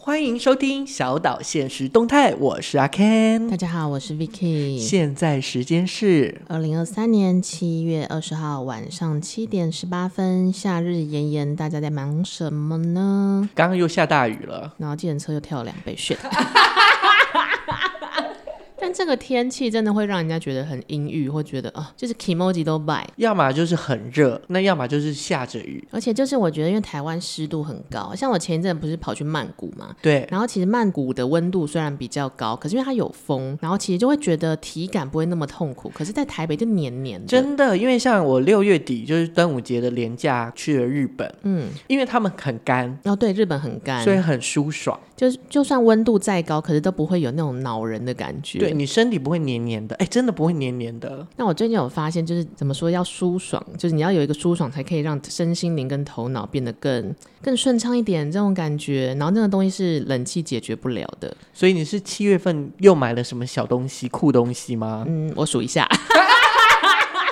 欢迎收听小岛现实动态，我是阿 Ken，大家好，我是 Vicky。现在时间是二零二三年七月二十号晚上七点十八分，夏日炎炎，大家在忙什么呢？刚刚又下大雨了，然后计程车又跳了两倍血。 但这个天气真的会让人家觉得很阴郁，会觉得啊、就是 emoji 都败。要么就是很热，那要么就是下着雨。而且就是我觉得，因为台湾湿度很高，像我前一阵不是跑去曼谷嘛，对，然后其实曼谷的温度虽然比较高，可是因为它有风，然后其实就会觉得体感不会那么痛苦。可是，在台北就黏黏的，真的，因为像我六月底就是端午节的连假去了日本，嗯，因为他们很干，哦对，日本很干所，以很舒爽，就是就算温度再高，可是都不会有那种恼人的感觉。对你身体不会黏黏的，哎，真的不会黏黏的。那我最近有发现，就是怎么说要舒爽，就是你要有一个舒爽，才可以让身心灵跟头脑变得更更顺畅一点，这种感觉。然后那个东西是冷气解决不了的。所以你是七月份又买了什么小东西、酷东西吗？嗯，我数一下，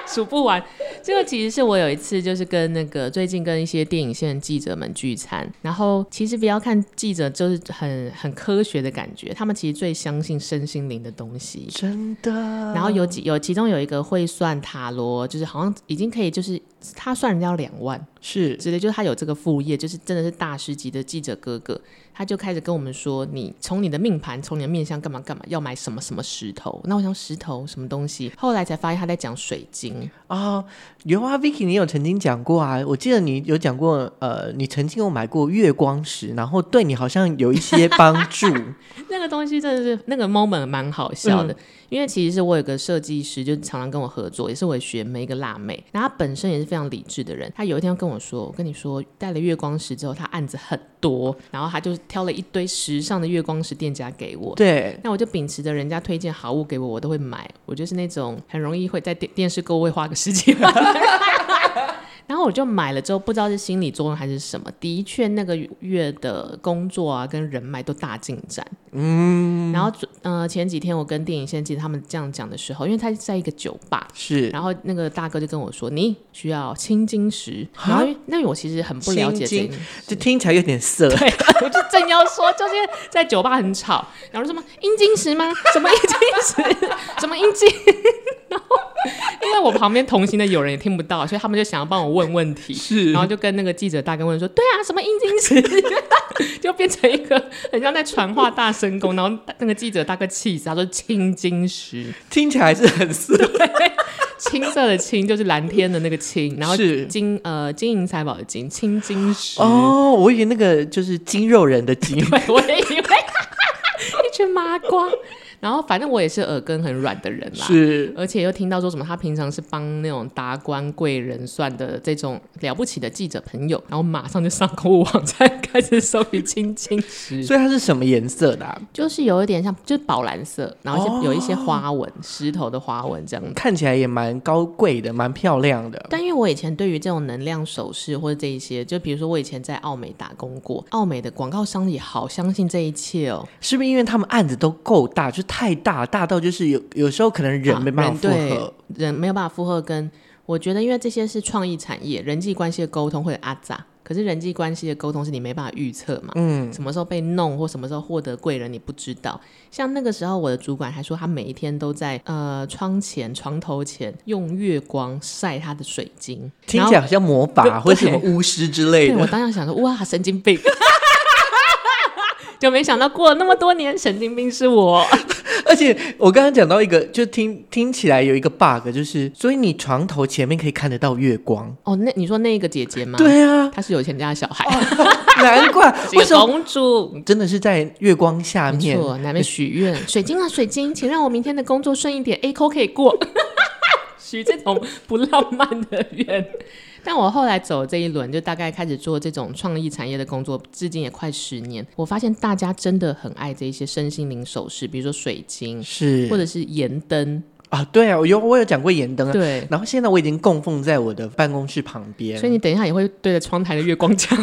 数不完。这个其实是我有一次就是跟那个最近跟一些电影线记者们聚餐，然后其实不要看记者就是很很科学的感觉，他们其实最相信身心灵的东西。真的，然后有几有其中有一个会算塔罗，就是好像已经可以就是他算人家要两万是之类，就是他有这个副业，就是真的是大师级的记者哥哥，他就开始跟我们说，你从你的命盘，从你的面相干嘛干嘛，要买什么什么石头。那我想石头什么东西，后来才发现他在讲水晶，哦，有啊，Vicky，你有曾经讲过啊，我记得你有讲过，呃，你曾经有买过月光石，然后对你好像有一些帮 助，那个东西真的是那个 moment 蛮好笑的，因为其实是我有个设计师，就常常跟我合作，也是我的学妹一个辣妹，然后她本身也是非常理智的人。她有一天跟我说：“我跟你说，带了月光石之后，她案子很多，然后她就挑了一堆时尚的月光石店家给我。”对，那我就秉持着人家推荐好物给我，我都会买。我就是那种很容易会在电电视购物会花个十几万。 然后我就买了之后，不知道是心理作用还是什么，的确那个月的工作啊跟人脉都大进展。嗯，然后呃前几天我跟电影线记者他们这样讲的时候，因为他是在一个酒吧，是然后那个大哥就跟我说你需要青金石，然后因为那我其实很不了解青这金个。这听起来有点涩，对，我就正要说，就是在酒吧很吵，然后说什么阴茎石吗？ 什么阴茎石？什么阴茎？然后因为我旁边同行的友人也听不到，所以他们就想要帮我问问题，是然后就跟那个记者大哥问说：“对啊，什么阴茎石？”就变成一个很像在传话大声公，然后那个记者大哥气死，他说：“青金石，听起来是很涩， 青色的青就是蓝天的那个青，然后是金呃金银财宝的金，青金石。”哦，我以为那个就是肌肉人的 肌，对，我也以为一群麻瓜。然后反正我也是耳根很软的人啦，是而且又听到说什么他平常是帮那种达官贵人算的这种了不起的记者朋友，然后马上就上购物网站开始搜寻青青石，所以它 是什么颜色的啊、 就是有一点像就是宝蓝色，然后一些、哦有一些花纹，石头的花纹这样子。看起来也蛮高贵的，蛮漂亮的，但因为我以前对于这种能量首饰或者这一些，就比如说我以前在澳美打工过，澳美的广告商也好相信这一切哦，是不是因为他们案子都够大，就太大，大到就是有有时候可能人啊没办法负人对荷，人没有办法负荷跟。我觉得，因为这些是创意产业，人际关系的沟通会有阿杂，可是人际关系的沟通是你没办法预测嘛，嗯，什么时候被弄或什么时候获得贵人，你不知道。像那个时候，我的主管还说，他每一天都在呃窗前、床头前用月光晒他的水晶，听然后起来好像魔法对或什么巫师之类对的，我当时想说，哇，神经病。 就没想到过了那么多年，神经病是 我。而且我刚刚讲到一个，就听听起来有一个 bug，就是所以你床头前面可以看得到月光。哦，那你说那个姐姐吗？，对哦啊， 她是有钱家的小孩，难怪是为个什么公主。真的是在月光下没面。错，那边许 愿，水晶啊水晶，请让我明天的工作顺一点，A 扣可以过。 许这种不浪漫的愿。但我后来走这一轮，就大概开始做这种创意产业的工作，至今也快十年。我发现大家真的很爱这一些身心灵首饰，比如说水晶，是或者是盐灯，啊，对啊，我有我有讲过盐灯啊，对，然后现在我已经供奉在我的办公室旁边，所以你等一下也会对着窗台的月光讲，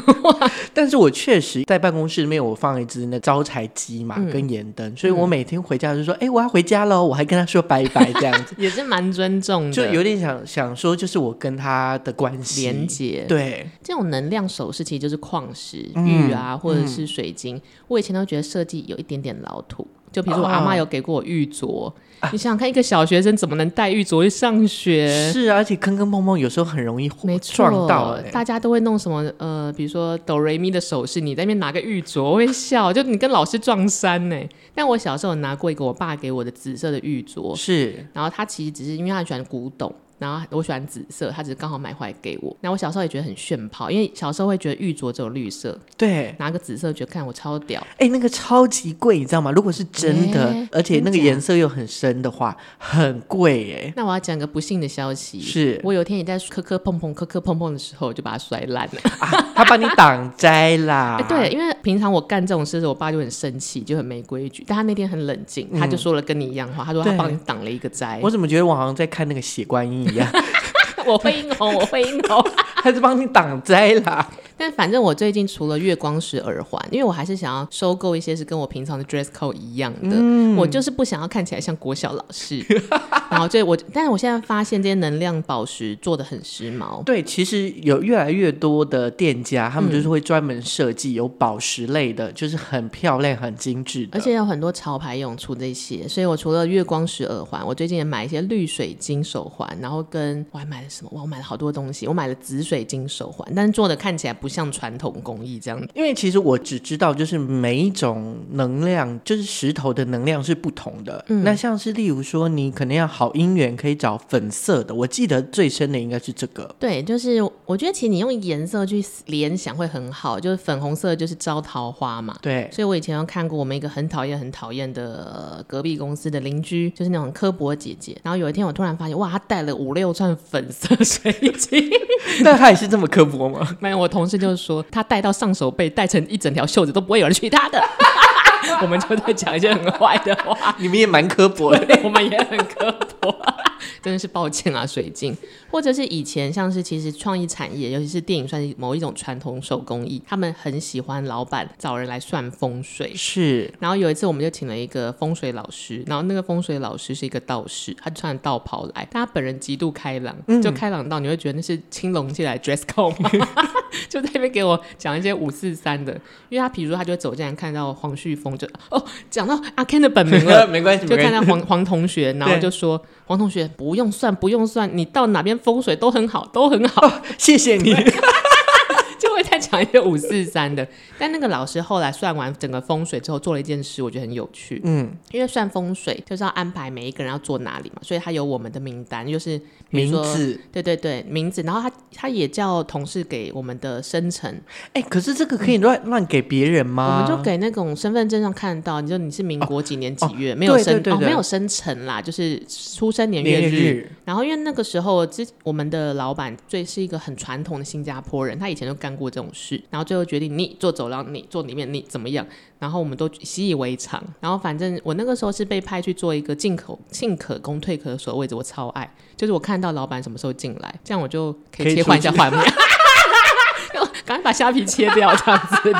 但是我确实在办公室里面，我放一只那招财鸡嘛，嗯，跟盐灯，所以我每天回家就说，哎、我要回家喽，我还跟他说拜拜，这样子 也是蛮尊重的，就有点想想说，就是我跟他的关系连接。对，这种能量首饰其实就是矿石、嗯玉啊，或者是水晶。我以前都觉得设计有一点点老土，就比如说我哦阿妈有给过我玉镯，你想想看，一个小学生怎么能戴玉镯去上学？是啊，而且坑坑碰碰有时候很容易没错撞到、哎大家都会弄什么呃，比如说哆瑞咪的首饰，你在那边拿个玉镯，我会笑，就你跟老师撞衫呢、欸但我小时候有拿过一个我爸给我的紫色的玉镯，是然后他其实只是因为他很喜欢古董，然后我喜欢紫色，他只是刚好买回来给我。那我小时候也觉得很炫炮，因为小时候会觉得玉镯只有绿色，对。拿个紫色觉得看我超屌，哎、那个超级贵，你知道吗？如果是真的，哎而且那真个假颜色又很深的话，很贵哎、那我要讲个不幸的消息，是我有一天也在磕磕碰碰、磕磕碰碰的时候，就把它摔烂了。啊，他把你挡摘啦。 哎 对，，因为平常我干这种事的时候，我爸就很生气，就很没规矩。但他那天很冷静，他就说了跟你一样话，他说嗯他对帮你挡了一个灾。我怎么觉得我好像在看那个血观音一样， 我会硬吼，我会硬吼。他是帮你挡摘啦。但反正我最近除了月光石耳环，因为我还是想要收购一些是跟我平常的 dress code 一样的，我就是不想要看起来像国小老师。然后这我，但是我现在发现这些能量宝石做的很时髦。对，其实有越来越多的店家，嗯他们就是会专门设计有宝石类的，就是很漂亮、很精致的。而且有很多潮牌用出这些，所以我除了月光石耳环，我最近也买一些绿水晶手环，然后跟我还买了什么？哇，我买了好多东西，我买了紫水晶手环，但是做的看起来不像传统工艺这样因为其实我只知道，就是每一种能量，就是石头的能量是不同的。那像是例如说，你可能要好姻缘，可以找粉色的。我记得最深的应该是这个。对，就是我觉得其实你用颜色去联想会很好，就是粉红色就是招桃花嘛。对，所以我以前有看过我们一个很讨厌、很讨厌的呃隔壁公司的邻居，就是那种刻薄姐姐。然后有一天我突然发现，哇，她戴了五六串粉色水晶。 那他也是这么刻薄 吗？没有，我同事就说她戴到上手背，戴成一整条袖子都不会有人娶她的。 我们就在讲一些很坏的话。啊你们也蛮刻薄的。我们也很刻薄， 真的是抱歉啊，水晶，或者是以前像是其实创意产业，尤其是电影，算是某一种传统手工艺，他们很喜欢老板找人来算风水。是然后有一次，我们就请了一个风水老师，然后那个风水老师是一个道士，他就穿着道袍来，但他本人极度开朗，就开朗到你会觉得那是青龙界来 dress code 吗？ 就在那边给我讲一些五四三的，因为他比如说他就会走进来看到黄旭峰就哦，讲到阿 Ken 的本名了， 没关系，就没看关系。到黄黄同学，然后对就说黄同学不用算，不用算，你到哪边风水都很好，都很好，哦谢谢你。 就会再讲一些五四三的。但那个老师后来算完整个风水之后，做了一件事，我觉得很有趣。嗯，因为算风水就是要安排每一个人要坐哪里嘛，所以他有我们的名单，就是比名如说。字。对对对，名字，然后他他也叫同事给我们的生辰，哎、可是这个可以乱乱给别人吗？我们就给那种身份证上看到，你说你是民国几年几月，没有对生对对对哦没有生辰啦，就是出生年年月月日，日。然后因为那个时候，之我们的老板最是一个很传统的新加坡人，他以前就干过这种事，然后最后决定你坐走廊，你坐里面，你怎么样？然后我们都习以为常。然后反正我那个时候是被派去做一个进口进可攻退可守的位置，我超爱，就是我看到老板什么时候进来，这样我就可可以以切换一出下去画面， 赶快把虾皮切掉，这样子 对。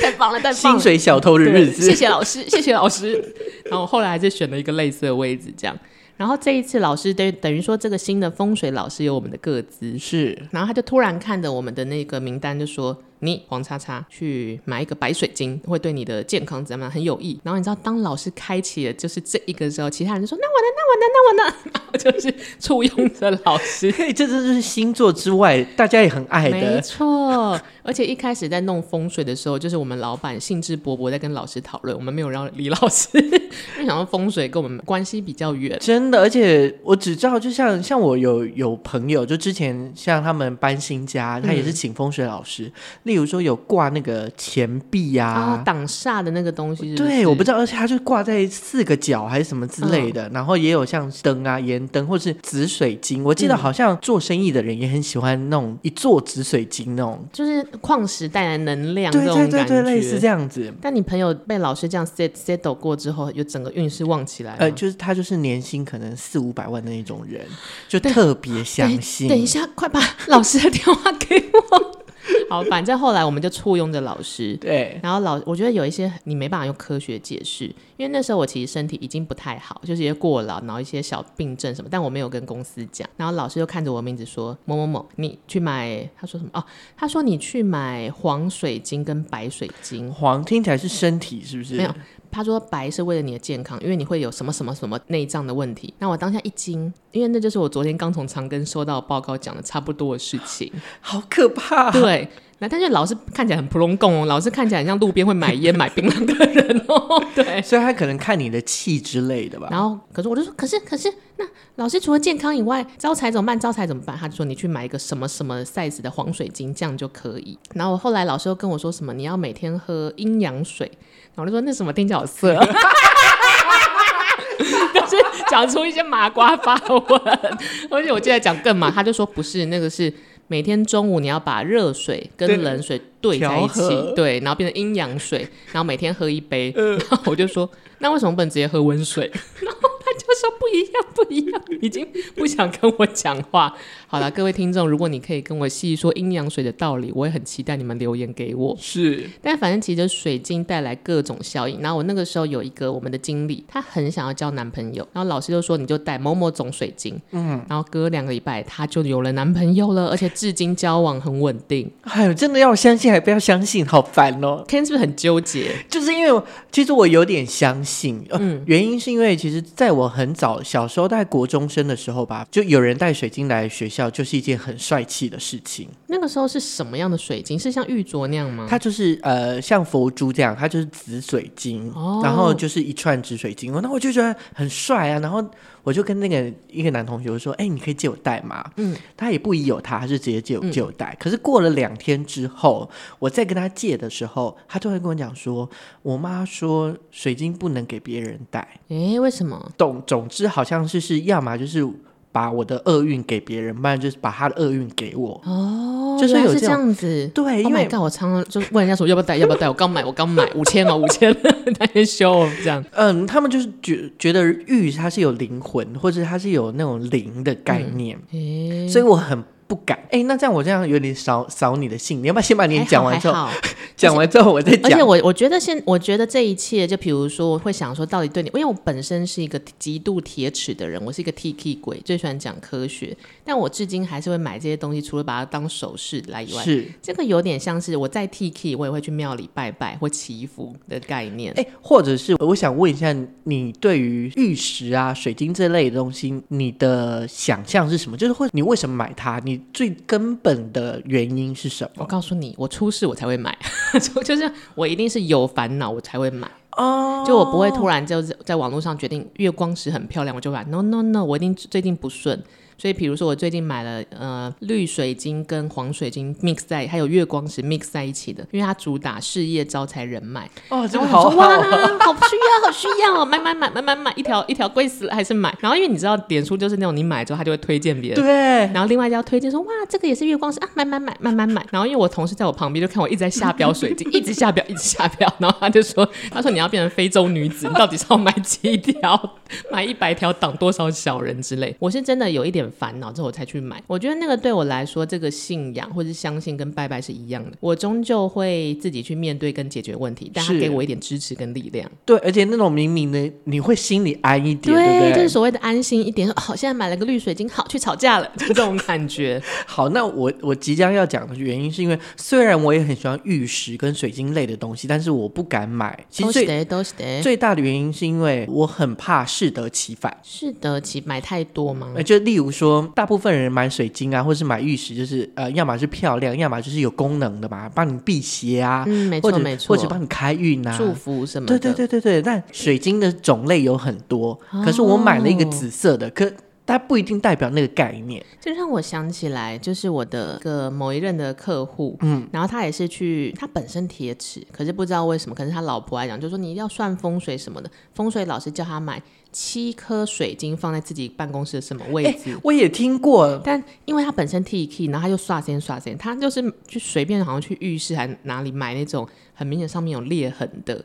太棒了，太棒薪了！水小偷的日对谢子。谢老师， 谢谢老师。然后后来还是选了一个类似的位置，这样。然后这一次老师等等于说这个新的风水老师有我们的个资，是然后他就突然看着我们的那个名单就说：“你黄叉叉去买一个白水晶，会对你的健康怎么样很有益。”然后你知道，当老师开启了就是这一个时候，其他人就说：“那我呢？那我呢？那我呢？”然后就是 簇拥着老师嘿， 这这就是星座之外，大家也很爱没的。错，而且一开始在弄风水的时候，就是我们老板兴致勃勃在跟老师讨论，我们没有让李老师， 因为想到风水跟我们关系比较 远。真的，而且我只知道，就像像嗯我有有朋友，就之前像他们搬新家，他也是请风水老师。例例如说有挂那个钱币呀、啊，挡煞的那个东西是不是对，我不知道，而且它就挂在四个角还是什么之类嗯的，然后也有像灯啊、盐灯或是紫水晶。我嗯记得好像做生意的人也很喜欢那种一做紫水晶那种，就是矿石带来能量这对种对感觉。嗯对对，类似这样子。但你朋友被老师这样 set settle 过之后，有整个运势旺起来吗。哎呃，就是他就是年薪可能四五百万的那种人，就特别相信。等一下，快把老师的电话给我。 好，反正后来我们就簇拥着老师，对，然后老我觉得有一些你没办法用科学解释，因为那时候我其实身体已经不太好，就是一些过劳，然后一些小病症什么，但我没有跟公司讲。然后老师就看着我名字说：“某某某，你去买。”他说什么？哦，他说你去买黄水晶跟白水晶。黄听起来是身体是不是？没有他说白是为了你的健康，因为你会有什么什么什么内脏的问题。那我当下一惊，因为那就是我昨天刚从长庚收到报告讲的差不多的事情。好可怕、对，那但是老师看起来很普通共哦，老师看起来很像路边会买烟买槟榔的人哦。对，所以他可能看你的气之类的吧。然后可是我就说，可是可是那老师除了健康以外，招财怎么办？招财怎么办？他就说你去买一个什么什么 size 的黄水晶，这样就可以。然后我后来老师又跟我说什么你要每天喝阴阳水，然后我就说那什么听起来好色、哦。就是讲出一些麻瓜发文，而且我记得讲更麻，他就说不是那个是每天中午你要把热水对跟冷水兑在一调起和，对，然后变成阴阳水，然后每天喝一杯。 然后我就说，那为什么不能直接喝温水？然后他就说不一样，不一样，已经不想跟我讲话。 好了，各位听众，如果你可以跟我细说阴阳水的道理，我也很期待你们留言给我。是但反正其实水晶带来各种效应。然后我那个时候有一个我们的经理，她很想要交男朋友，然后老师就说你就带某某种水晶，嗯，然后隔两个礼拜她就有了男朋友了，而且至今交往很稳定。哎呦，真的要相信还不要相信，好烦哦！ Ken 是不是很纠结？就是因为我其实我有点相信，呃嗯原因是因为其实在我很早小时候，大概国中生的时候吧，就有人带水晶来学校，就是一件很帅气的事情。那个时候是什么样的水晶？是像玉镯那样吗？它就是呃，像佛珠这样，它就是紫水晶，哦然后就是一串紫水晶。那我就觉得很帅啊，然后我就跟那个一个男同学说：“哎、你可以借我戴吗？”嗯，他也不疑有他，他就直接嗯借我借我戴。可是过了两天之后，我再跟他借的时候，他突然跟我讲说：“我妈说水晶不能给别人戴。诶、为什么？”总总之好像是是，要么就是把我的厄运给别人，不然就是把他的厄运给我。哦，就是原来有是这这种样子。对， Oh 因 my 为 god！我常常就问人家说要不要带，要不要带？我刚买，我刚买五千哦，五千，他先修哦这样。嗯，他们就是觉觉得玉它是有灵魂，或者它是有那种灵的概念，嗯诶、所以我很不敢。哎、那这样我这样有点扫扫你的兴，你要不要先把你还讲好完还之后，好讲完之后我再而讲且。我我觉得现，我觉得这一切，就比如说，我会想说，到底对你，因为我本身是一个极度铁齿的人，我是一个 T K 鬼，最喜欢讲科学，但我至今还是会买这些东西，除了把它当首饰来以外，是，这个有点像是我在 T K，我也会去庙里拜拜或祈福的概念。哎、或者是我想问一下，你对于玉石啊、水晶这类的东西，你的想象是什么？就是会你为什么买它？你最根本的原因是什我么？告诉你，我出事我才会买，就就是我一定是有烦恼我才会买。哦就我不会突然就是在网络上决定月光石很漂亮，我就买。No No No，我一定最近不顺，所以比如说我最近买了呃绿水晶跟黄水晶 mix 在，还有月光石 mix 在一起的，因为它主打事业招财人脉。哦，这然个后啊好我说好哇，哦，好需要，好需要哦，买买买买买买，一条一条贵死了还是买。然后因为你知道点数就是那种你买之后它就会推荐别人，对，然后另外一家推荐说，哇，这个也是月光石啊，买买买买买买。然后因为我同事在我旁边就看我一直在下标 水晶，一直下标，一直下标，然后他就说，他说你要变成非洲女子，你到底是要买几条？ 买一百条挡多少小人之类？我是真的有一点烦恼之后我才去买。我觉得那个对我来说，这个信仰或是相信跟拜拜是一样的，我终究会自己去面对跟解决问题，但他是给我一点支持跟力量。对，而且那种明明的，你会心里安一点，不对？就是所谓的安心一点，说哦，现在买了个绿水晶，好去吵架了，就这种感觉。好，那我我即将要讲的原因是因为，虽然我也很喜欢玉石跟水晶类的东西，但是我不敢买。其实都是最的，都是的。最大的原因是因为我很怕适得其反。是的，其买太多吗？呃，就例如说，大部分人买水晶啊，或是买玉石，就是呃，要么是漂亮，要么就是有功能的嘛，帮你辟邪啊，嗯，没或错者没错，或者帮你开运啊，祝福什么的，哦对对对对对，但水晶的种类有很多，可是我买了一个紫色的，可但不一定代表那个概念。这让我想起来，就是我的一个某一任的客户，嗯，然后他也是去，他本身铁齿，可是不知道为什么，可是他老婆来讲，就说你一定要算风水什么的，风水老师叫他买七颗水晶放在自己办公室的什么位哎、置。我也听过，但因为他本身 T E K，然后他就刷先刷先，他就是去随便好像去浴室还哪里买那种很明显上面有裂痕的，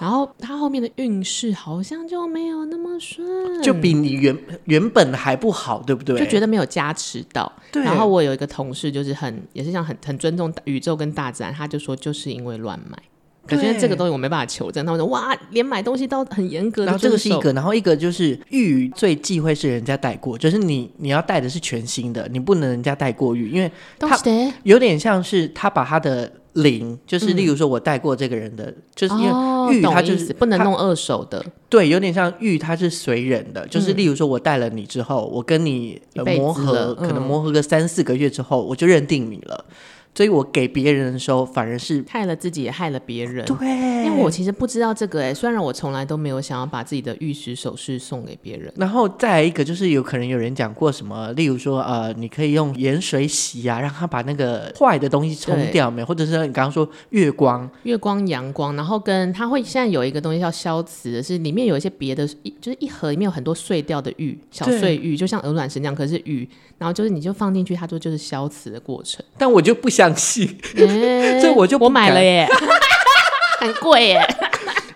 然后他后面的运势好像就没有那么顺，就比你原原本还不好，对不对？嗯就觉得没有加持到。对然后我有一个同事，就是很也是像很很尊重大宇宙跟大自然，他就说就是因为乱买。可是对这个东西我没办法求证，他们说哇，连买东西都很严格然的后这遵个是一守。个，然后一个就是玉最忌讳是人家带过，就是你你要带的是全新的，你不能人家带过玉，因为都他是的，有点像是他把他的灵，就是例如说我带过这个人的，就是因哦为玉懂它意就思是不能它弄二手的，对，有点像玉它是随人的，就是例如说我带了你之后，我跟你、呃嗯一辈子磨合，了可能嗯磨合个三四个月之后，我就认定你了，所以我给别人的时候反而是呃害了自己也害了别人。对，因为我其实不知道这个哎、虽然我从来都没有想要把自己的玉石首饰送给别人，然后再来一个，就是有可能有人讲过什么，例如说，呃，你可以用盐水洗啊，让它把那个坏的东西冲掉没有，或者是你刚刚说月光，月光、阳光，然后跟它会现在有一个东西叫消磁，是里面有一些别的，一就是一盒里面有很多碎掉的玉，小对碎玉，就像鹅卵石那样，可是玉，然后就是你就放进去，它就就是消磁的 过程。但我就不相信。 欸这我就不我买敢 了耶，很贵耶。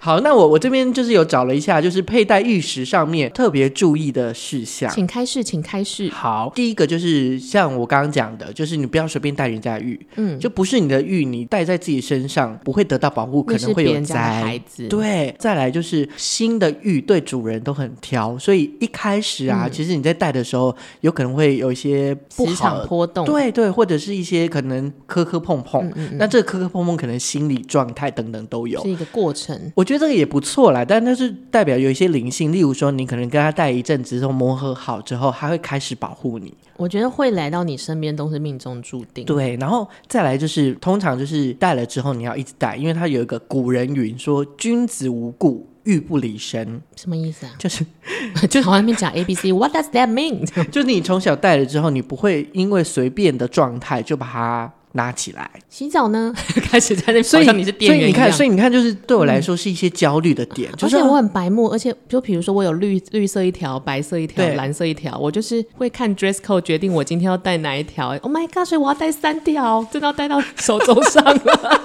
好，那我我这边就是有找了一下，就是佩戴玉石上面特别注意的事项。 请开市，请开市。好，第一个就是像我刚刚讲的，就是你不要随便戴人家的玉，嗯，就不是你的玉，你戴在自己身上不会得到保护，可那能是会别有人家的灾孩。子，对，再来就是新的玉对主人都很挑，所以一开始啊，其实你在戴的时候，有可能会有一些不嗯磁好场的，波动，对对，或者是一些可能磕磕碰碰。嗯，嗯嗯，那这个磕磕碰碰可能心理状态等等都有是。一个过程。我觉得这个也不错啦，但那是代表有一些灵性，例如说你可能跟他戴一阵子之后磨合好之后，他会开始保护你。我觉得会来到你身边都是命中注定。对，然后再来就是通常就是戴了之后你要一直戴，因为它有一个古人云说“君子无故玉不离身什么意思啊”，？就是 就好像面讲 A B C，What does that mean？ 就是你从小戴了之后，你不会因为随便的状态就把它拿起来，洗澡呢，开始在那，所好以像你是所店以员你一看，样。嗯所以你看，就是对我来说是一些焦虑的点，就而是且我很白目，而且就比如说我有绿绿色一条、白色一条对、蓝色一条，我就是会看 dress code 决定我今天要戴哪一条。Oh my god！所以我要戴三条，真的要戴到手肘上了，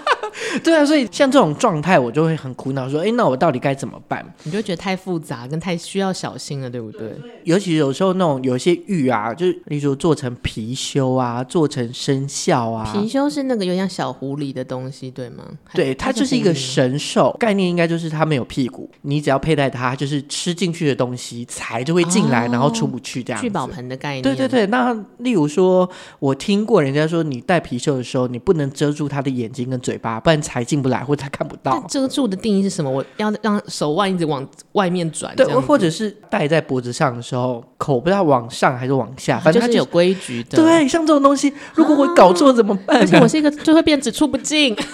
对啊，所以像这种状态，我就会很苦恼，说，哎，那我到底该怎么办？你就会觉得太复杂跟太需要小心了，对不对？尤其有时候那种有一些玉啊，就是例如说做成貔貅啊，做成生肖啊，貔貅是那个有点像小狐狸的东西，对吗？对，它就是一个狐狸吗神兽概念，应该就是它没有屁股，你只要佩戴它，就是吃进去的东西财就会进来，然后出不去这样聚宝子。盆的概念。对对对，那例如说，我听过人家说，你戴貔貅的时候，你不能遮住它的眼睛跟嘴巴，不然财进不来或者它看不但到。遮住的定义是什么？我要让手腕一直往外面转，对这，样子或者是戴在脖子上的时候，口不知道往上还是往下，啊反正啊就它是有规矩的。，对，像这种东西，如果我搞错怎么办 而且呢、我是一个就会变只出不进。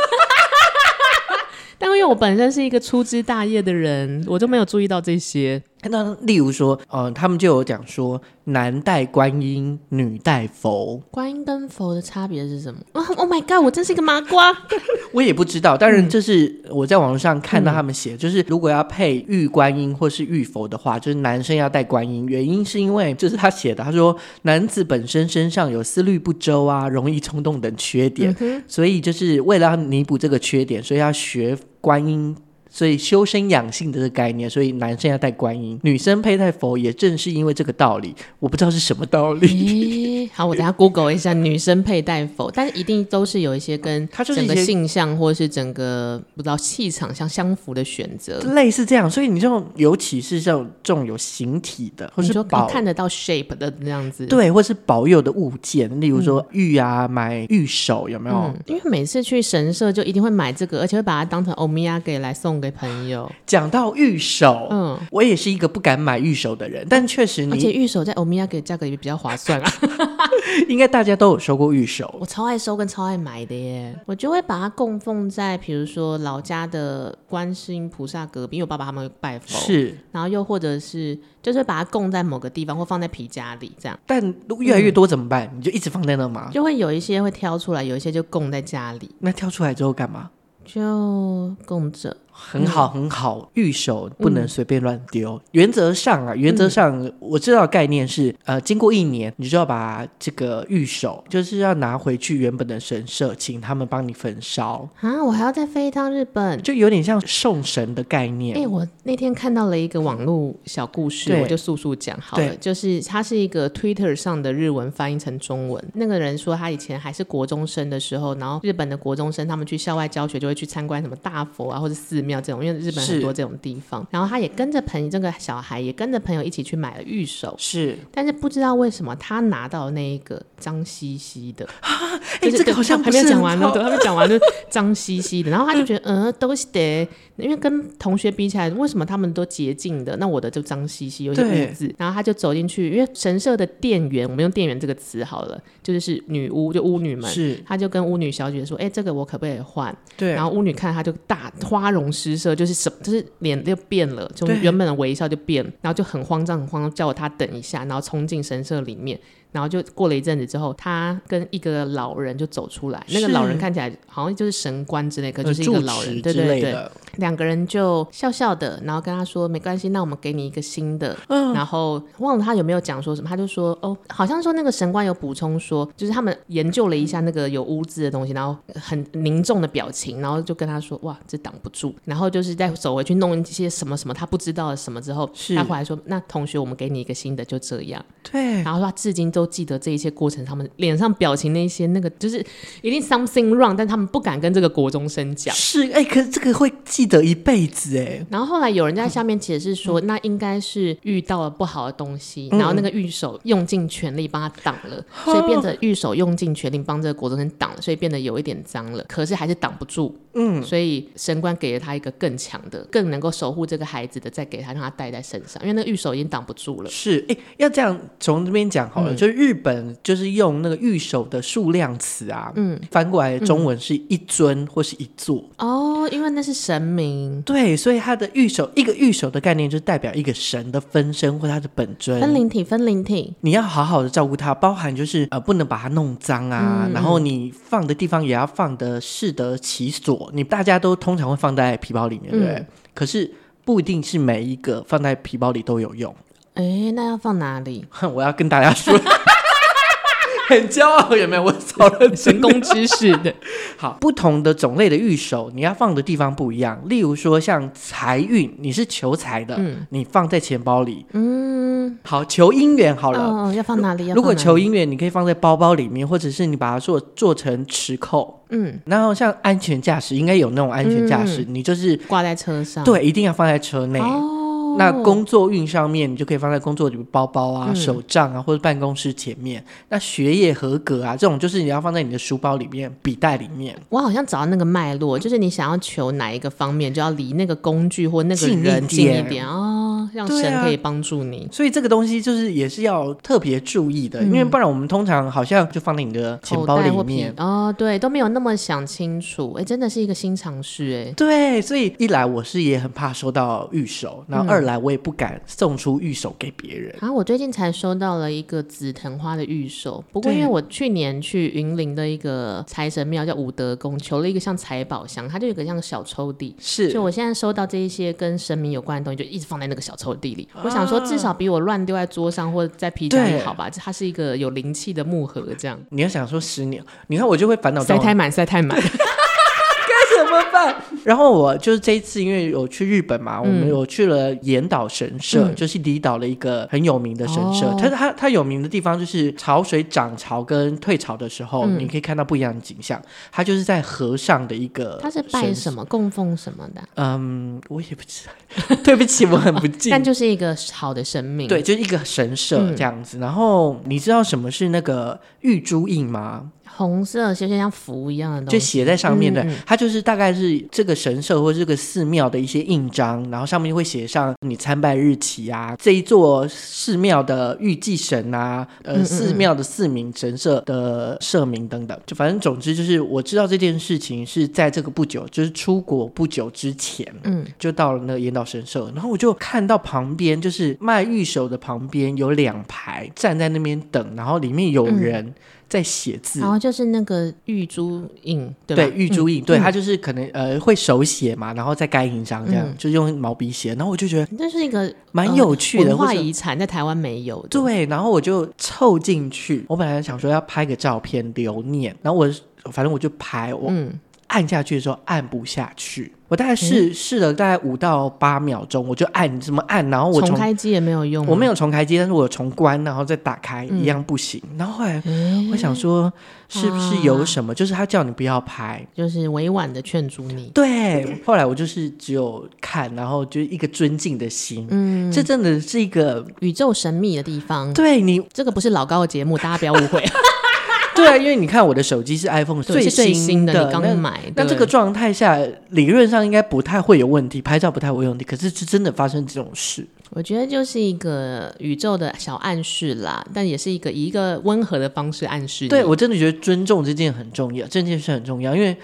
但因为我本身是一个粗枝大叶的人，我就没有注意到这些。那例如说，呃，他们就有讲说，男戴观音，女戴佛，观音跟佛的差别是什么 哇？Oh my god！我真是一个麻 瓜。我也不知道，当嗯然这是我在网络上看到他们写，就是如果要配玉观音或是玉佛的话，就是男生要戴观音，原因是因为就是他写的，他说男子本身身上有思虑不周啊、容易冲动等缺点，嗯所以就是为了要弥补这个缺点，所以要学观音。所以修身养性的这个概念，所以男生要戴观音，女生佩戴佛，也正是因为这个道理，我不知道是什么道理。咦、好，我等一下 Google 一下女生佩戴否，但是一定都是有一些跟它就是一整个些性向或是整个不知道气场相相符的选择。类似这样，所以你这种，尤其是像这种有形体的，或你是就可宝以看得到 shape 的那样子。对，或是保佑的物件，例如说玉啊，买玉手有没有？嗯，因为每次去神社就一定会买这个，而且会把它当成欧米亚给来送给朋友。讲到玉手，嗯，我也是一个不敢买玉手的人，但确实而且你玉手在欧米亚给价格也比较划算啊。 应该大家都有收过玉手我超爱收跟超爱买的耶，我就会把它供奉在比如说老家的观世音菩萨隔壁，因为我爸爸他们会拜佛，，是，然后又或者是就是把它供在某个地方或放在皮夹里这样，但如果越来嗯越多怎么办？你就一直放在那吗？就会有一些会挑出来，有一些就供在家里，那挑出来之后干嘛？就供着。很好，嗯很好，玉手不能随便乱丢。原则上啊，原嗯则上我知道的概念是，呃，经过一年，你就要把这个玉手，就是要拿回去原本的神社，请他们帮你焚烧，啊，我还要再飞一趟日本。就有点像送神的概念。哎、我那天看到了一个网络小故事，对我就速速讲好了。对就是它是一个 Twitter 上的日文翻译成中文。那个人说他以前还是国中生的时候，然后日本的国中生他们去校外教学就会去参观什么大佛啊或者寺庙这种，因为日本很是多这种地方。然后他也跟着朋友，这个小孩也跟着朋友一起去买了玉手。是，但是不知道为什么他拿到那一个脏兮兮的，哎、就是这个好像还不没是有很讲完呢，好嗯对，还没讲完就脏兮兮的，然后他就觉得，呃，都是的，因为跟同学比起来，为什么他们都洁净的，那我的就脏兮兮，有些对污渍。然后他就走进去，因为神社的店员，我们用店员这个词好了，就是是女巫，就巫女们。是，他就跟巫女小姐说：“哎、这个我可不可以换？”对，然后巫女看她就大花容失色，就是什么，就是脸就变了，从对原本的微笑就变，然后就很慌张，很慌张，叫她等一下，然后冲进神社里面，然后就过了一阵子之后，她跟一个老人就走出来，那个是老人看起来好像就是神官之类，可就是一个呃老人，住持对之对类对，的，两个人就笑笑的，然后跟他说没关系，那我们给你一个新的，然后忘了他有没有讲说什么，他就说哦，好像说那个神官有补充说，就是他们研究了一下那个有污渍的东西，然后很凝重的表情，然后就跟他说哇，这挡不住，然后就是再走回去弄一些什么什么他不知道的什么之后，是他回来说那同学，我们给你一个新的，就这样。对，然后他至今都记得这一切过程，他们脸上表情那些那个就是一定 something wrong，但他们不敢跟这个国中生讲。是，哎、可是这个会记得一辈子，哎，然后后来有人在下面解释说，那应该是遇到了不好的东西，然后那个御手用尽全力帮他挡了，所以变得御手用尽全力帮这个国中生挡了，所以变得有一点脏了，可是还是挡不住。嗯，所以神官给了他一个更强的、更能够守护这个孩子的，再给他让他带在身上，因为那个御手已经挡不住了。是，哎、要这样从这边讲好嗯了，就是日本就是用那个御守的数量词啊，嗯，翻过来中文是一尊或是一座，哦，因为那是神明。对，所以它的御守一个御守的概念就代表一个神的分身或他的本分尊。灵体，分灵体，你要好好的照顾它，包含就是呃，不能把它弄脏啊，嗯然后你放的地方也要放的适得其所。你大家都通常会放在皮包里面，对不对？嗯可是不一定是每一个放在皮包里都有用。 哎，那要放哪 里？哼，我要跟大家说， 很骄傲有没有？我超认真。神功知识的，好，不同的种类的玉手，你要放的地方不一样。例如说，像财运，你是求财的，你放在钱包里。嗯，好，求姻缘好了。哦，要放哪里？要如果放哪里求姻缘，你可以放在包包里面，或者是你把它做做成持扣。嗯，然后像安全驾驶，应该有那种安全驾驶，你就是挂在车上，对，一定要放在车内。哦，那工作运上面，你就可以放在工作里面包包啊、嗯手杖啊，或者办公室前面。那学业合格啊，这种就是你要放在你的书包里面、笔袋里面，我好像找到那个脉络，就是你想要求哪一个方面，就要离那个工具或那个近一人点近一点哦，让对神啊可以帮助你。所以这个东西就是也是要特别注意的，因为不然我们通常好像就放在你的钱嗯口包袋里或皮面。哦，对，都没有那么想清楚，哎，真的是一个新尝试，对，所以一来我是也很怕收到玉手，然嗯后二来我也不敢送出玉手给别人。哎，啊，我最近才收到了一个紫藤花的玉手，不过对因为我去年去云林的一个财神庙叫武德宫，求了一个像财宝箱，它就有一个像小抽屉，是就我现在收到这一些跟神明有关的东西，就一直放在那个小抽屉里。我想说，至少比我乱丢在桌上或者在皮夹里啊对好吧？这它是一个有灵气的木盒，这样你要想说十年，你看我就会烦恼这塞种太满，塞太 满。怎么办？然后我就是这一次，因为有去日本嘛，我嗯们有去了岩岛神社，就是离岛的一个很有名的神社。哦它它它有名的地方就是潮水涨潮跟退潮的时候，嗯你可以看到不一样的景象。它就是在河上的一个，它是拜什？么、供奉什么的啊，嗯，我也不知道， 对不起，我很 不敬但就是一个好的神明。对，，就是一个神社这样子。然后你知道什么是那个玉珠印吗？红色，就像符一样的东就西。写在上面的嗯嗯，它就是大概是这个神社或这个寺庙的一些印章，然后上面会写上你参拜日期啊，这一座寺庙的预祭神啊，嗯嗯呃，嗯寺庙的寺名、神社的社名等等。就反正总之就是，我知道这件事情是在这个不久，就是出国不久之前，嗯，就到了那个岩岛神社，然后我就看到旁边就是卖玉手的旁边有两排站在那边等，然后里面有哦人在写字。然后就是那个玉珠印，对嗯吧？对玉珠印，对他就是可能呃会手写嘛，然后在盖印章这样，嗯就用毛笔写。然后我就觉得嗯，这是一个蛮有趣呃的，文化或者遗产，在台湾没有的。对，然后我就凑进去，我本来想说要拍个照片留念，然后我反正我就拍，我嗯，按下去的时候按不下去，我大概试、试了大概五到八秒钟，我就按怎么按，然后我重从开嗯机也没有用吗，我没有重开机，但是我有重关，然后再打开，嗯一样不行。然后后来诶，啊我想说，是不是有什么？就是他叫你不要拍，就是委婉的劝阻你。对， 后来我就是只有看，然后就是一个尊敬的心。嗯，这真的是一个宇宙神秘的地方，对你这个不是老高的节目，大家不要 误会，对啊，因为你看我的手机是 iPhone 对是最新新的，你刚那买。那对这个状态下，理论上应该不太会有问题，拍照不太会有问题。可是是真的发生这种事，我觉得就是一个宇宙的小暗示啦，但也是一个以一个温和的方式暗示你。对我真的觉得尊重这件很重要，这件事很重要，因为。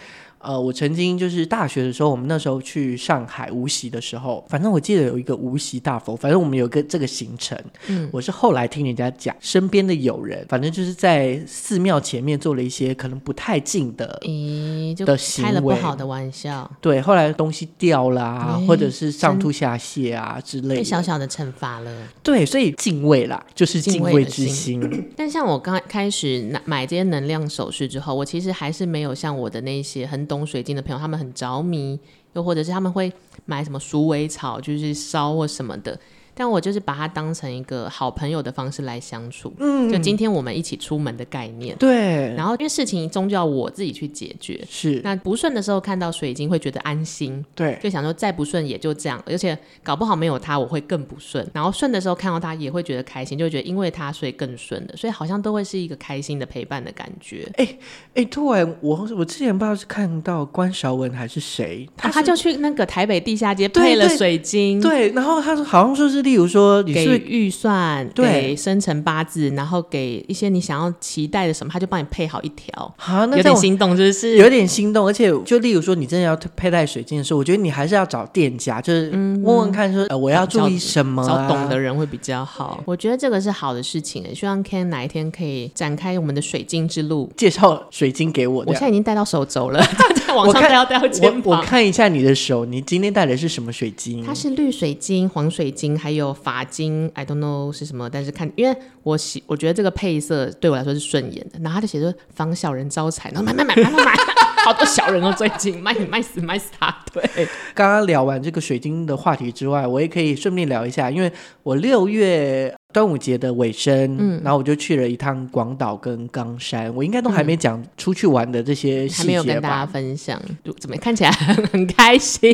呃，我曾经就是大学的时候，我们那时候去上海无锡的时候，反正我记得有一个无锡大佛，反正我们有个这个行程，嗯我是后来听人家讲，身边的友人，反正就是在寺庙前面做了一些可能不太近的，咦，就的行开了不为好的玩笑，对，后来东西掉啦、哎或者是上真吐下泻啊之类被小的，小的惩罚了。对，所以敬畏啦，就是敬敬畏畏的之 心，但像我刚开始拿买这些能量首饰之后，我其实还是没有像我的那些很懂水晶的朋友，他们很着迷，又或者是他们会买什么鼠尾草，就是烧或什么的。但我就是把它当成一个好朋友的方式来相处，嗯，就今天我们一起出门的概念。对，然后因为事情终究要我自己去解决，是，那不顺的时候看到水晶会觉得安心，对，就想说再不顺也就这样，而且搞不好没有它我会更不顺。然后顺的时候看到它也会觉得开心，就会觉得因为它所以更顺了，所以好像都会是一个开心的陪伴的感觉。哎，突然我我之前不知道是看到关韶文还是谁，他他、啊、是、他就去那个台北地下街对配了对水晶，对，然后他说好像说是，例如说你给是预算，对给生辰八字，然后给一些你想要期待的什么，他就帮你配好一条，啊，那这有点样我心动，就是有点心动，而且就例如说你真的要佩戴水晶的时候，我觉得你还是要找店家，就是问问看说、呃我要注意什么、嗯找啊，懂的人会比较好。我觉得这个是好的事情欸，希望 Ken 哪一天可以展开我们的水晶之路。介绍水晶给我。我这现样在已经戴到手 肘了，在往上看戴要戴到肩我我膀。看一下你的手，你今天戴的是什么水晶它？是绿水晶、黄水晶，还有发晶，I don't know 是什么，但是看，因为我喜，我觉得这个配色对我来说是顺眼的。然后他就写着“防小人招财”，然后买买买买买买，好多小人哦，最近卖卖死卖死他。对，刚刚聊完这个水晶的话题之外，我也可以顺便聊一下，因为我六月端午节的尾声，嗯然后我就去了一趟广岛跟冈山，我应该都还没讲出去玩的这些嗯还细没有节跟大吧家。分享，就怎么看起来 很很开心？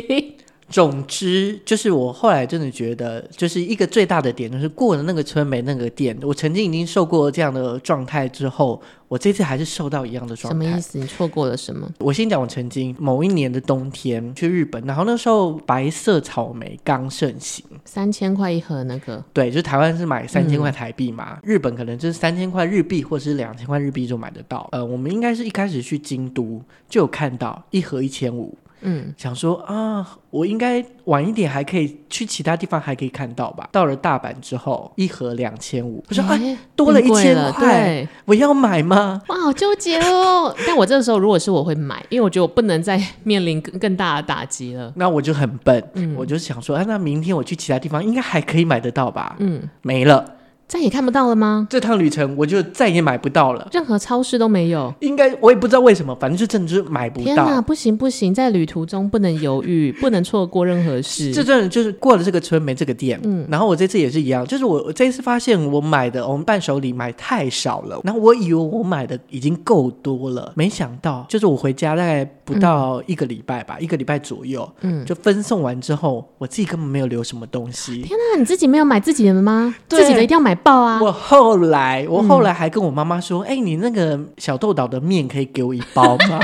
总之，就是我后来真的觉得，就是一个最大的点，就是过了那个村没那个店。我曾经已经受过这样的状态之后，我这次还是受到一样的什状么态意。思？你错过了什么？我先讲，我曾经某一年的冬天去日本，然后那时候白色草莓刚盛行，三千块一盒那个，对，就是台湾是买三千块台币嗯嘛，日本可能就是三千块日币或是两千块日币就买得到。呃，我们应该是一开始去京都就有看到一盒一千五，嗯，想说啊，我应该晚一点还可以去其他地方还可以看到吧。到了大阪之后，一盒两千五，我说哎，诶多了变贵1000了块对我要买吗？哇，好纠结哦！ 但我这个时候如果是我会买，因为我觉得我不能再 面临更更大的打击了。那我就很笨，嗯我就想说，啊，那明天我去其他地方应该还可以买得到吧？嗯，没了，再也看不到了吗？这趟旅程我就再也买不到了。任何超市都没有。应该我也不知道为什么，反正就真的就是买不天哪，到。不行不行，在旅途中不能犹豫，不能错过任何事。这真的就是过了这个村没这个店，嗯然后我这次也是一样，就是我我这一次发现我买的我们伴手礼买太少了，然后我以为我买的已经够多了，没想到就是我回家大概不到一个礼拜吧，一个礼拜左右，嗯就分送完之后，我自己根本没有留什么东西，天哪，你自己没有买自己的吗？对自己的一定要买爆啊！嗯我后来，我后来还跟我妈妈说：“哎、你那个小豆岛的面可以给我一包吗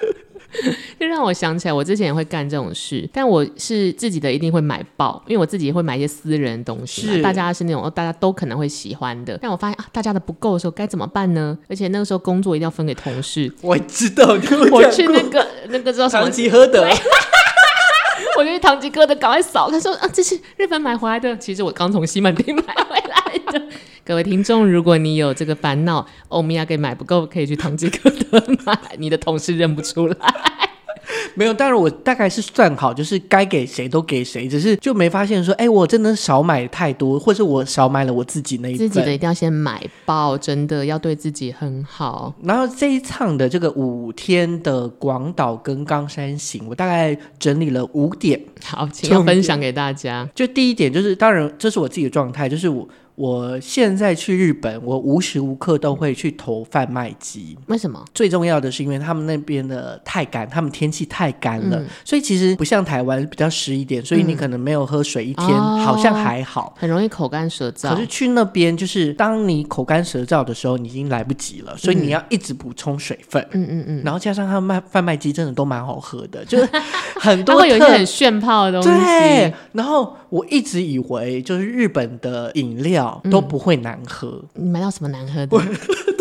就让我想起来，我之前也会干这种事，但我是自己的一定会买爆，因为我自己会买一些私人东西嘛是。？”大家是那种哦大家都可能会喜欢的。但我发现啊，大家的不够的时候该怎么办呢？而且那个时候工作一定要分给同事我知道，你跟我 我讲去过那个 那个叫什么长？期喝的，我就去堂吉诃德赶快扫。他说啊，这是日本买回来的，其实我刚从西门町买回来的。 各位听众，如果你有这个烦恼，欧米亚给买不够，可以去堂吉诃德买，你的同事认不出来。没有。当然，我大概是算好，就是该给谁都给谁，只是就没发现说，哎、我真的少买太多，或是我少买了我自己那一自份。己的一定要先买爆，真的要对自己很好。然后这一趟的这个五天的广岛跟冈山行，我大概整理了五点。好，请重要点分享给大家。就第一点就是，当然这是我自己的状态，就是我我现在去日本，我无时无刻都会去投贩卖机。为什么？最重要的是，因为他们那边的太干，他们天气太干了，嗯所以其实不像台湾比较湿一点，所以你可能没有喝水一天，哦好像还好。很容易口干舌燥。可是去那边，就是当你口干舌燥的时候，你已经来不及了，所以你要一直补充水分。嗯嗯嗯，然后加上他们卖贩卖机真的都蛮好喝 的，就是很它多会有一些特很炫泡的东对西。，然后我一直以为就是日本的饮料都嗯不会难喝。你买到什么难喝的？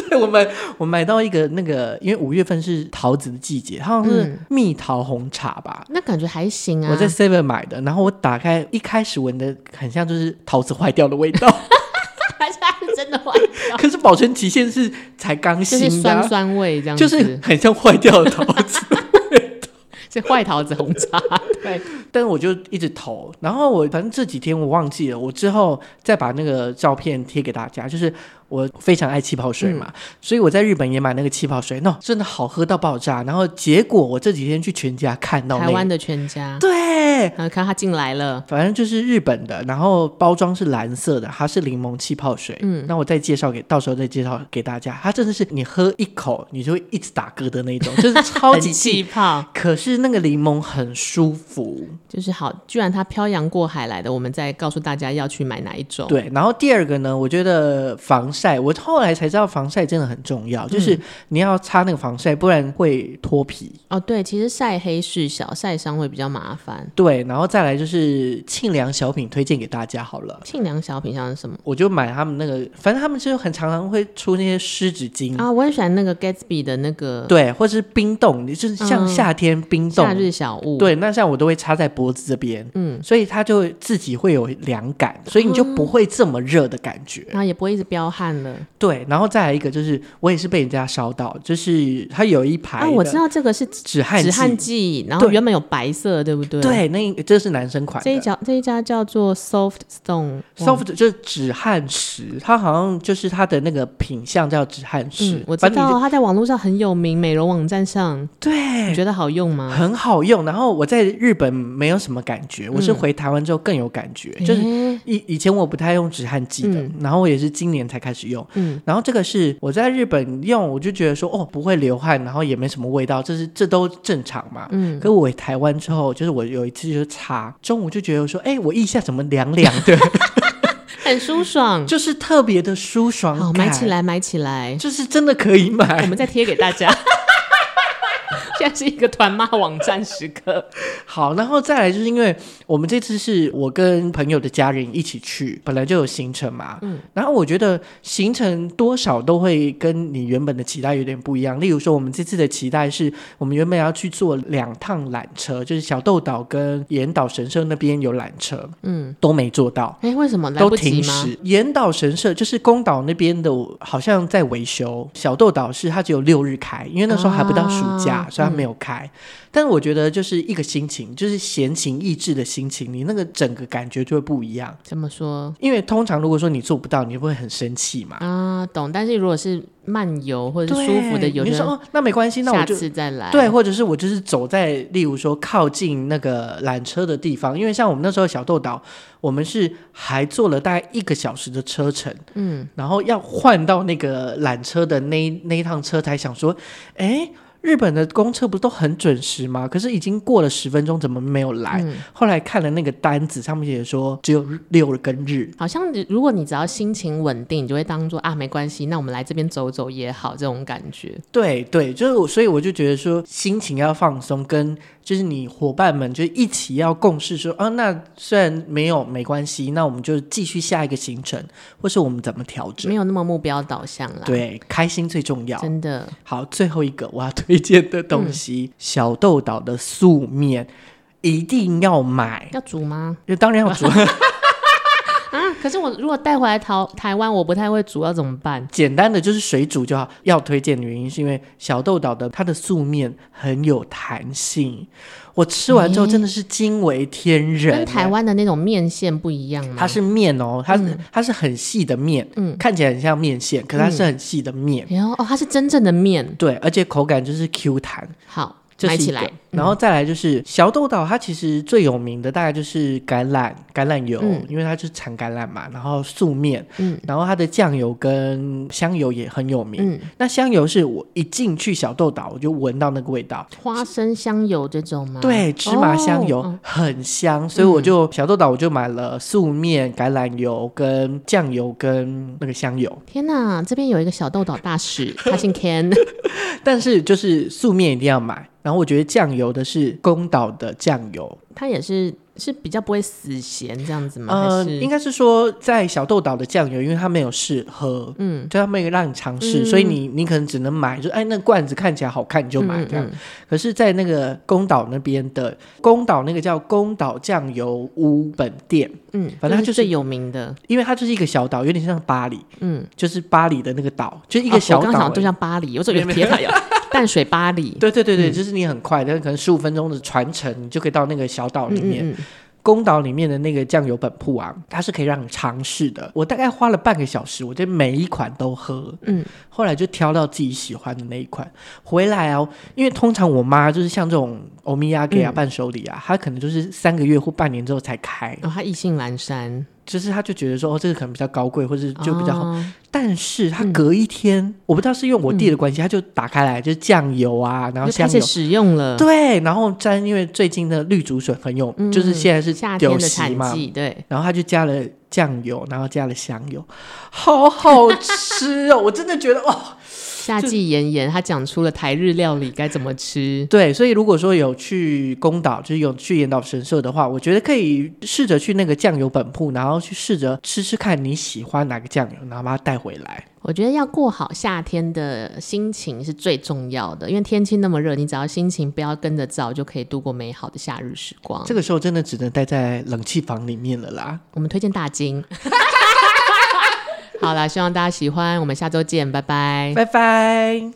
对我们，我买到一个那个，因为五月份是桃子的季节，它好像嗯是蜜桃红茶吧。那感觉还行啊。我在 Seven 买的，然后我打开一开始闻的很像就是桃子坏掉的味道， 还是它是真的坏掉，可是保存期限是才刚就新是的酸啊、酸味这样就子，是很像坏掉的桃子。是坏桃子红茶。 对，但是我就一直投，然后我反正这几天我忘记了，我之后再把那个照片贴给大家。就是我非常爱气泡水嘛，嗯所以我在日本也买那个气泡水，那、真的好喝到爆炸。然后结果我这几天去全家看到那台个，湾的全家，对，然后看它进来了。反正就是日本的，然后包装是蓝色的，它是柠檬气泡水。嗯，那我再介绍给，到时候再介绍给大家。它真的是你喝一口，你就会一直打嗝的那种，就是超级很气气。泡，可是那个柠檬很舒服，就是好。居然它漂洋过海来的，我们再告诉大家要去买哪一种。对，然后第二个呢，我觉得防晒，我后来才知道防晒真的很重要，就是嗯你要擦那个防晒，不然会脱皮。哦，对，其实晒黑事小，晒伤会比较麻烦。对，然后再来就是沁凉小品推荐给大家好了。沁凉小品像是什么？我就买他们那个，反正他们就很常常会出那些湿纸巾，啊，我很喜欢那个 Gatsby 的那个对，或是冰冻，就是像嗯夏天冰冻，夏日小物，，对，那像我都会插在脖子这边，嗯，所以它就会自己会有凉感，所以你就哦不会这么热的感觉。然后也不会一直飙汗了。对，然后再来一个就是，我也是被人家烧到，就是它有一排啊，我知的道这个是止止汗剂，汗剂，然后对原本有白色，对不对？。对，那一这是男生款这一的。家这一家叫做 Soft Stone，哇 soft 就是止汗石，它好像就是它的那个品相叫止汗石，嗯，我知反正你道它在网络上很有名，美容网站上，你对，觉得好用吗？很好用。然后我在日本没有什么感觉，我是嗯回台湾之后更有感觉，就是诶以以前我不太用止汗剂的，嗯然后我也是今年才开始用。嗯，然后这个是我在日本用，我就觉得说哦不会流汗，然后也没什么味道，这是这都正常嘛。嗯，可我回台湾之后，就是我有一次就擦，中午就觉得说，哎，我腋下怎么凉凉 的，很舒爽。就是特别的舒爽好，感。买起，来，买起来，就是真的可以我买。们再贴给大家。 现在是一个团骂网站时刻，好，然后再来就是因为我们这次是我跟朋友的家人一起去，本来就有行程嘛，嗯，然后我觉得行程多少都会跟你原本的期待有点不一样。例如说，我们这次的期待是我们原本要去坐两趟缆车，就是小豆岛跟岩岛神社那边有缆车，嗯，都没坐到。哎，为什么来都不及停吗？驶。岩岛神社就是宫岛那边的，好像在维修。小豆岛是它只有六日开，因为那时候还不到暑假，啊所以它没有开。但我觉得就是一个心情，就是闲情逸致的心情，你那个整个感觉就会不一样。怎么说因为通常如果说你做不到，你会很生气嘛。啊？懂。但是如果是漫游或者对是舒服的游，你就说就哦，那没关系，那我下就次再来。对，，或者是我就是走在，例如说靠近那个缆车的地方，因为像我们那时候小豆岛，我们是还坐了大概一个小时的车程，嗯，然后要换到那个缆车的那一那一趟车，才想说，哎。日本的公车不都很准时吗？可是已经过了十分钟，怎么没有来？后来看了那个单子，上面写说只有六跟日。好像你如果你只要心情稳定，你就会当做啊没关系，那我们来这边走走也好，这种感觉。对对，就是我，所以我就觉得说，心情要放松，跟就是你伙伴们就一起要共事说，啊，那虽然没有没关系，那我们就继续下一个行程，或是我们怎么调整没。有那么目标导向啦。，对，啊开心最重要。真的，好，最后一个我要推荐的东西，小豆岛的素面一定要买，要煮吗？就当然要煮。啊，可是我如果带回来台台湾，我不太会煮，要怎么办？简单的就是水煮就好。要推荐的原因是因为小豆岛的它的素面很有弹性，我吃完之后真的是惊为天人、跟台湾的那种面线不一样吗？它是面哦，它是、它是很细的面，嗯看起来很像面线，可是它是很细的面，哎呦，然后哦，它是真正的面，对，而且口感就是 Q 弹，好这是买一起个来。嗯然后再来就是小豆岛，它其实最有名的大概就是橄榄橄榄油，嗯因为它就是产橄榄嘛，然后素面，嗯然后它的酱油跟香油也很有名。嗯，那香油是我一进去小豆岛，我就闻到那个味道，花生香油这种吗？对，芝麻香油、哦嗯很香，所以我就、小豆岛我就买了素面、橄榄油跟酱油跟那个香油，天哪，这边有一个小豆岛大 使，他姓 Ken，但是就是素面一定要买。然后我觉得酱油的是宫岛的酱油，他也是是比较不会死咸这样子吗？呃，还应是该是说在小豆岛的酱油，因为它没有试喝，嗯，就它没有让你尝试，嗯所以你你可能只能买，就哎那罐子看起来好看你就买嗯这样。嗯可是，在那个宫岛那边的宫岛那个叫宫岛酱油屋本店，嗯，反正它这就是是最有名的，因为它就是一个小岛，有点像巴黎，嗯，就是巴黎的那个岛，就一哦个小我刚岛想而就已。像巴黎，我这有没有铁 塔呀，淡水巴黎，对对对对，就是你很快，但是可能十五分钟的船程，你就可以到那个小岛嗯里面。嗯嗯，宫岛里面的那个酱油本铺啊，它是可以让你尝试的。我大概花了半个小时，我这每一款都喝，嗯，后来就挑到自己喜欢的那一款回来哦。因为通常我妈就是像这种欧米亚嗯给啊、伴手礼啊，她可能就是三个月或半年之后才开，然后哦他意兴阑珊，就是她就觉得说哦，这个可能比较高贵，或是就比较好。哦但是她隔一天，我不知道是因为我弟的关系，她就打开来就是酱油啊，然后就开香始油。使用了，嗯对，然后沾，因为最近的绿竹笋很有，就是现在是夏有天的席产嘛，季，对，然后他就加了酱油，然后加了香油，好好吃哦！ 我真的觉得哦，夏季炎炎，他讲出了台日料理该怎么吃。对，所以如果说有去宫岛，就是有去岩岛神社的话，我觉得可以试着去那个酱油本铺，然后去试着吃吃看你喜欢哪个酱油，然后把它带回来。我觉得要过好夏天的心情是最重要的，因为天气那么热，你只要心情不要跟着燥，就可以度过美好的夏日时光。这个时候真的只能待在冷气房里面了啦，我们推荐大金。 好啦，希望大家喜欢，我们下周见，拜拜。拜拜。